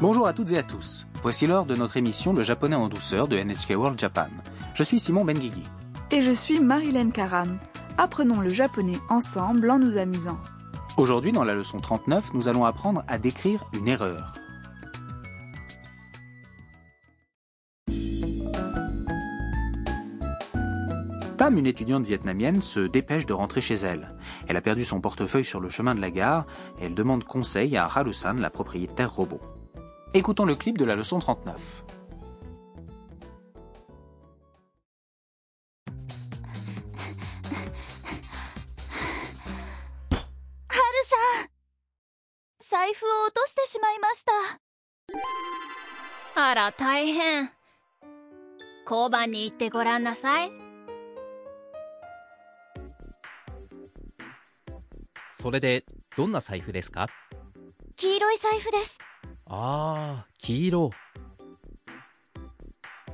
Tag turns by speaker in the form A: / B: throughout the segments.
A: Bonjour à toutes et à tous. Voici l'heure de notre émission Le japonais en douceur de NHK World Japan. Je suis Simon Benguigui.
B: Et je suis Marilyn Karam. Apprenons le japonais ensemble en nous amusant.
A: Aujourd'hui, dans la leçon 39, nous allons apprendre à décrire une erreur. Tam, une étudiante vietnamienne, se dépêche de rentrer chez elle. Elle a perdu son portefeuille sur le chemin de la gare et elle demande conseil à Harusan, la propriétaire robot. Écoutons le clip de la leçon 39.
C: ハルさん財布を落としてしまいましたあら大変交番に行ってごらんなさい
D: それでどんな財布ですか
C: 黄色い財布です
D: ああ黄色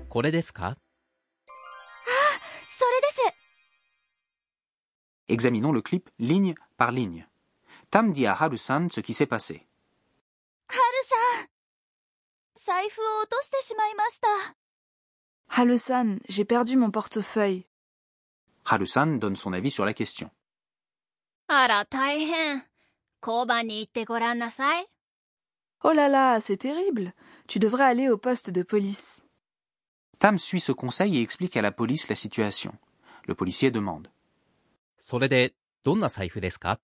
D: これですか
C: それです
A: Examinons le clip ligne par ligne. Tam dit à Harusan ce qui s'est passé.
C: ハルさん財布を落としてしまいました
B: Halusan, j'ai perdu mon portefeuille.
A: Harusan donne son avis sur la question.
C: あら大変交番に行ってごらんなさい
B: Oh là là, c'est terrible. Tu devrais aller au poste de police.
A: Tam suit ce conseil et explique à la police la situation. Le policier demande.
D: それでどんな財布ですか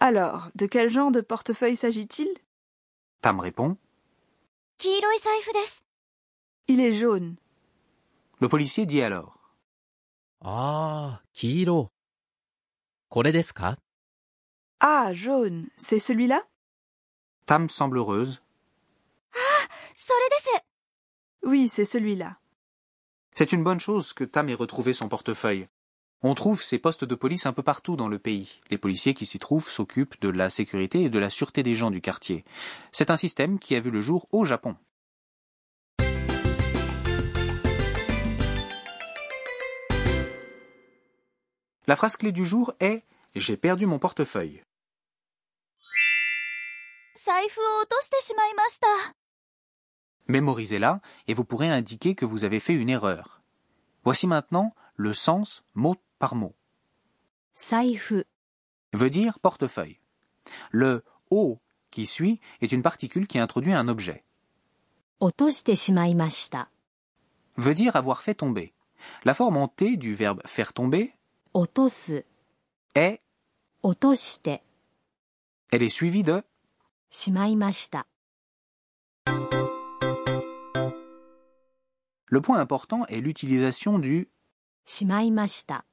B: Alors, de quel genre de portefeuille s'agit-il
A: Tam répond.
C: 黄色い財布です
B: Il est jaune.
A: Le policier dit alors.
D: ああ黄色これですか
B: Ah, jaune, c'est celui-là
A: Tam semble heureuse.
C: それです
B: Oui, c'est celui-là.
A: C'est une bonne chose que Tam ait retrouvé son portefeuille. On trouve ces postes de police un peu partout dans le pays. Les policiers qui s'y trouvent s'occupent de la sécurité et de la sûreté des gens du quartier. C'est un système qui a vu le jour au Japon. La phrase clé du jour est J'ai perdu mon portefeuille.
C: 財布を落としてしまいました
A: Mémorisez-la et vous pourrez indiquer que vous avez fait une erreur. Voici maintenant le sens mot par mot.
C: 財布
A: veut dire portefeuille. Le O qui suit est une particule qui introduit un objet,
C: 落としてしまいました。
A: veut dire avoir fait tomber. La forme en T du verbe faire tomber
C: 落とす、
A: est,
C: 落として、
A: elle est suivie de
C: しまいました。
A: le point important est l'utilisation du
C: しまいました。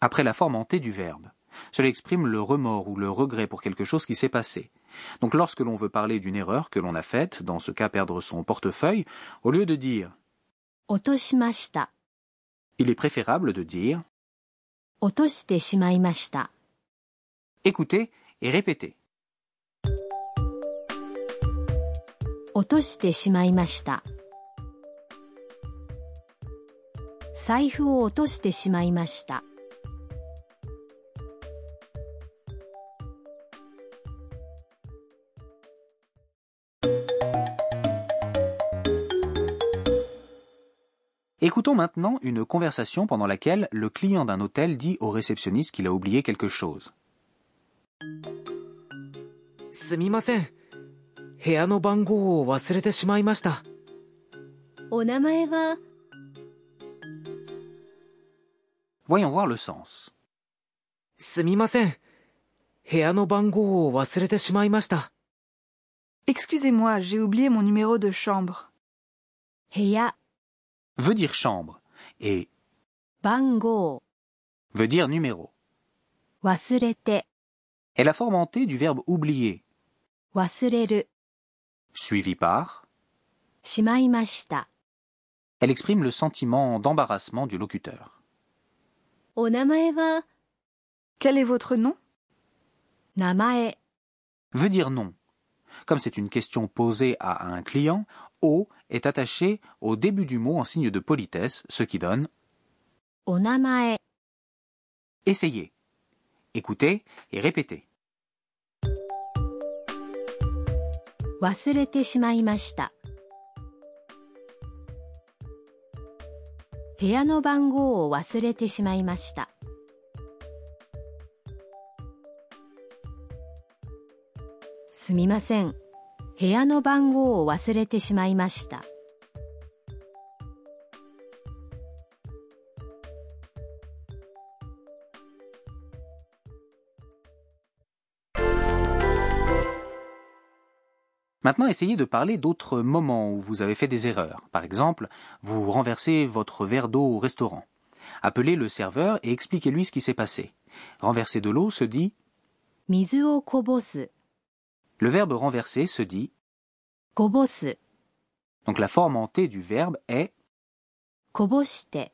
A: après la forme en T du verbe. Cela exprime le remords ou le regret pour quelque chose qui s'est passé. Donc lorsque l'on veut parler d'une erreur que l'on a faite, dans ce cas perdre son portefeuille, au lieu de dire
C: 落としました。
A: il est préférable de dire
C: 落としてしまいました。
A: écoutez et répétez.
C: 落としてしまいました。財布を落としてしまいました。
A: Écoutons maintenant une conversation pendant laquelle le client d'un hôtel dit au réceptionniste qu'il a oublié quelque chose.
E: すみません部屋の番号を忘れてしまいました
C: お名前は
A: Voyons voir le sens.
E: すみません部屋の番号を忘れてしまいました
B: Excusez-moi, j'ai oublié mon numéro de chambre.
C: 部屋、
A: veut dire chambre et
C: 番号、
A: veut dire numéro.
C: 忘れて、
A: Est la forme en T du verbe oublier,
C: 忘れる、
A: suivi par.
C: しまいました。
A: Elle exprime le sentiment d'embarrassement du locuteur.
C: お名前は
B: Quel est votre nom
C: 名前、
A: veut dire non. Comme c'est une question posée à un client, O est attaché au début du mot en signe de politesse, ce qui donne
C: お名前、
A: essayez. Écoutez et répétez.
C: 忘れてしまいました部屋の番号を忘れてしまいましたすみません部屋の番号を忘れてしまいました
A: Maintenant, essayez de parler d'autres moments où vous avez fait des erreurs. Par exemple, vous renversez votre verre d'eau au restaurant. Appelez le serveur et expliquez-lui ce qui s'est passé. Renverser de l'eau se dit
C: 水をこぼす
A: le verbe renverser se dit
C: こぼす
A: donc la forme en T du verbe est
C: こぼして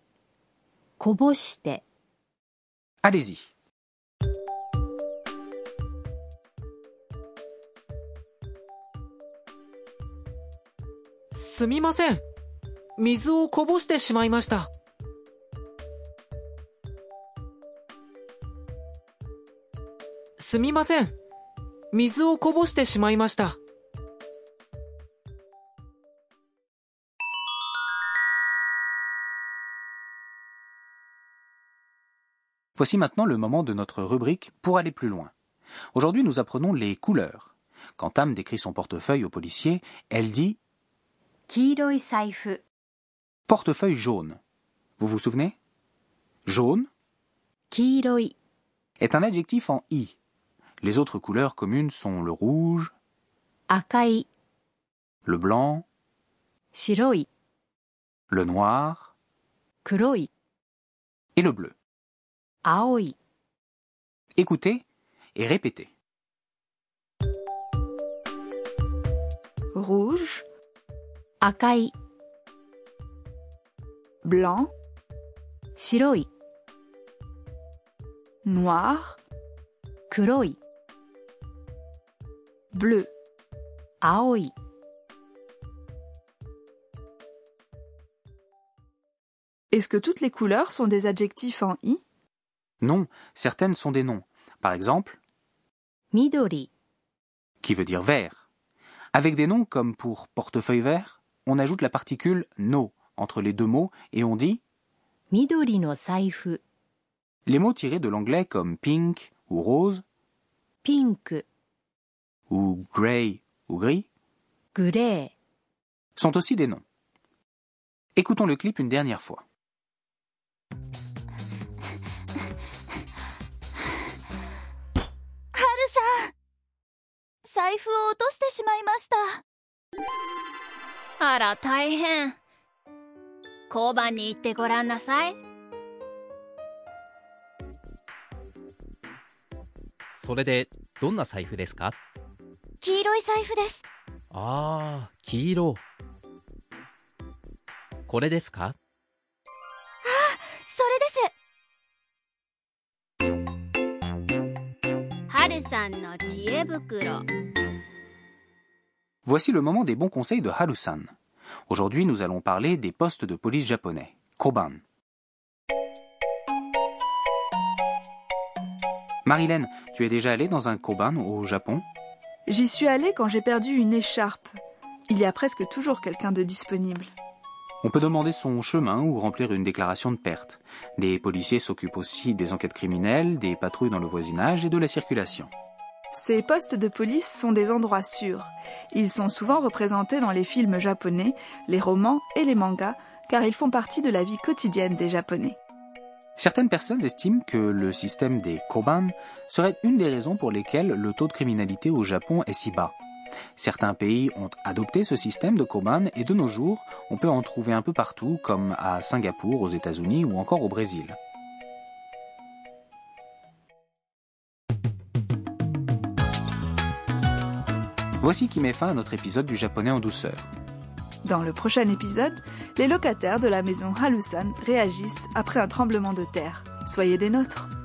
C: こぼして
A: allez-y.
E: すみません。水をこぼしてしまいました。すみません。水をこぼしてしまいました。
A: Voici maintenant le moment de notre rubrique pour aller plus loin. Aujourd'hui, nous apprenons les couleurs. Quand Tam décrit son portefeuille au policier, elle dit
C: 黄色い財布
A: portefeuille jaune. Vous vous souvenez Jaune
C: 黄色い
A: est un adjectif en i. Les autres couleurs communes sont le rouge,
C: 赤い
A: le blanc,
C: 白い
A: le noir
C: 黒い
A: et le bleu.
C: 青い
A: Écoutez et répétez.
B: rouge,
C: 赤い
B: blanc,
C: 白い
B: noir,
C: 黒い
B: bleu.
C: 青い
B: Est-ce que toutes les couleurs sont des adjectifs en i
A: Non, certaines sont des noms. Par exemple,
C: 緑
A: qui veut dire vert. Avec des noms comme pour portefeuille vert, on ajoute la particule no entre les deux mots et on dit
C: 緑の財布
A: les mots tirés de l'anglais comme pink ou rose
C: ピンク
A: ou grey ou gris
C: グレー
A: sont aussi des noms. Écoutons le clip une dernière fois.
F: 財布を落としてしまいましたあら大変交番に行ってごらんなさい
G: それで、どんな財布ですか
F: 黄色い財布です
G: ああ、黄色。これですか
F: それですはるさんの知恵袋
A: Voici le moment des bons conseils de Harusan. Aujourd'hui, nous allons parler des postes de police japonais, Koban. Marilène, tu es déjà allée dans un Koban au Japon
B: J'y suis allée quand j'ai perdu une écharpe. Il y a presque toujours quelqu'un de disponible.
A: On peut demander son chemin ou remplir une déclaration de perte. Les policiers s'occupent aussi des enquêtes criminelles, des patrouilles dans le voisinage et de la circulation.
B: Ces postes de police sont des endroits sûrs. Ils sont souvent représentés dans les films japonais, les romans et les mangas, car ils font partie de la vie quotidienne des Japonais.
A: Certaines personnes estiment que le système des koban serait une des raisons pour lesquelles le taux de criminalité au Japon est si bas. Certains pays ont adopté ce système de koban et de nos jours, on peut en trouver un peu partout, comme à Singapour, aux États-Unis ou encore au Brésil. Voici qui met fin à notre épisode du japonais en douceur.
B: Dans le prochain épisode, les locataires de la maison Halusan réagissent après un tremblement de terre. Soyez des nôtres.